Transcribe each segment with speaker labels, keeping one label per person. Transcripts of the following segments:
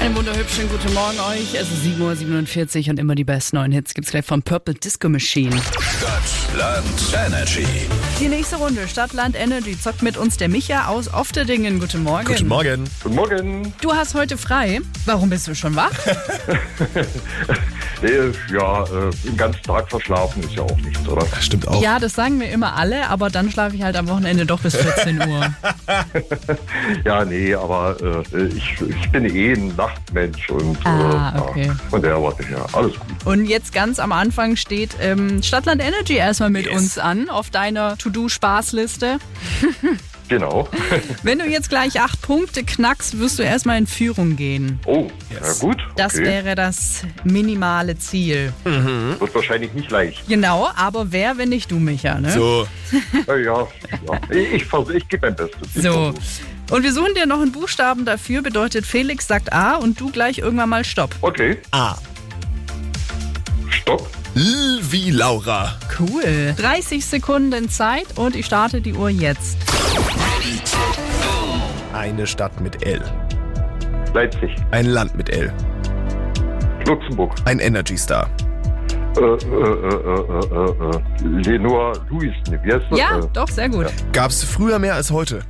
Speaker 1: Einen wunderhübschen guten Morgen euch. Es ist 7.47 Uhr und immer die besten neuen Hits gibt's gleich von Purple Disco Machine.
Speaker 2: Stadtland Energy.
Speaker 1: Die nächste Runde, Stadtland Energy, zockt mit uns der Micha aus Ofterdingen. Guten Morgen.
Speaker 3: Guten Morgen.
Speaker 4: Guten Morgen.
Speaker 1: Du hast heute frei. Warum bist du schon wach?
Speaker 4: Nee, ja, äh, den ganzen Tag verschlafen ist ja auch nichts, oder?
Speaker 3: Das stimmt auch.
Speaker 1: ja, das sagen mir immer alle, aber dann schlafe ich halt am Wochenende doch bis 14 Uhr.
Speaker 4: Ja, nee, aber äh, ich, ich bin eh ein Nachtmensch und
Speaker 1: Ah,
Speaker 4: äh,
Speaker 1: okay.
Speaker 4: ja, von der Warte her, alles gut.
Speaker 1: Und jetzt ganz am Anfang steht ähm, Stadtland Energy erstmal mit uns an auf deiner To-Do-Spaßliste.
Speaker 4: Genau.
Speaker 1: Wenn du jetzt gleich acht Punkte knackst, wirst du erstmal in Führung gehen.
Speaker 4: Oh,
Speaker 3: Yes.
Speaker 4: ja gut.
Speaker 1: Das
Speaker 4: okay.
Speaker 1: wäre das minimale Ziel.
Speaker 4: Wird wahrscheinlich nicht leicht.
Speaker 1: Genau, aber wer, wenn nicht du, Micha? Ne?
Speaker 3: So,
Speaker 4: Ja, ja, ja. Ich, ich, versuch- ich gebe mein Bestes. Ich
Speaker 1: So.
Speaker 4: versuch.
Speaker 1: Und wir suchen dir noch einen Buchstaben dafür. Bedeutet, Felix sagt A und du gleich irgendwann mal Stopp.
Speaker 4: Okay,
Speaker 3: A.
Speaker 4: stopp.
Speaker 3: L wie Laura.
Speaker 1: Cool. 30 Sekunden Zeit und ich starte die Uhr jetzt.
Speaker 3: Eine Stadt mit L.
Speaker 4: Leipzig,
Speaker 3: Ein Land mit L.
Speaker 4: Luxemburg,
Speaker 3: Ein Energy Star.
Speaker 4: äh, äh, äh, äh, äh, äh, Lenore Luis, ne, wie heißt das?
Speaker 1: Ja,
Speaker 4: Äh,
Speaker 1: doch, sehr gut.
Speaker 3: Gab's früher mehr als heute.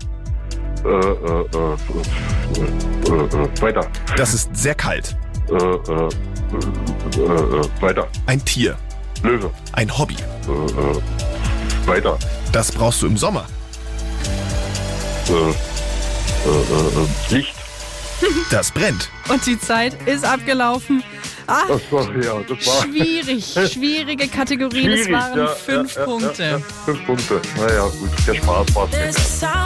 Speaker 4: äh, äh, äh, äh, äh, äh, weiter.
Speaker 3: Das ist sehr kalt.
Speaker 4: Äh, äh, äh, äh, weiter.
Speaker 3: Ein Tier.
Speaker 4: Löwe.
Speaker 3: Ein Hobby.
Speaker 4: Äh, äh, weiter.
Speaker 3: Das brauchst du im Sommer.
Speaker 4: Äh, äh, äh, äh, Licht.
Speaker 3: Das brennt.
Speaker 1: Und die Zeit ist abgelaufen. Ach,
Speaker 4: Das war, ja, das war
Speaker 1: schwierig. Schwierige Kategorie.
Speaker 4: schwierig.
Speaker 1: Das waren
Speaker 4: ja,
Speaker 1: fünf
Speaker 4: ja, ja,
Speaker 1: Punkte.
Speaker 4: Ja, ja, fünf Punkte. Naja, gut, der Spaß war's.
Speaker 5: There's a
Speaker 4: wert.
Speaker 5: sound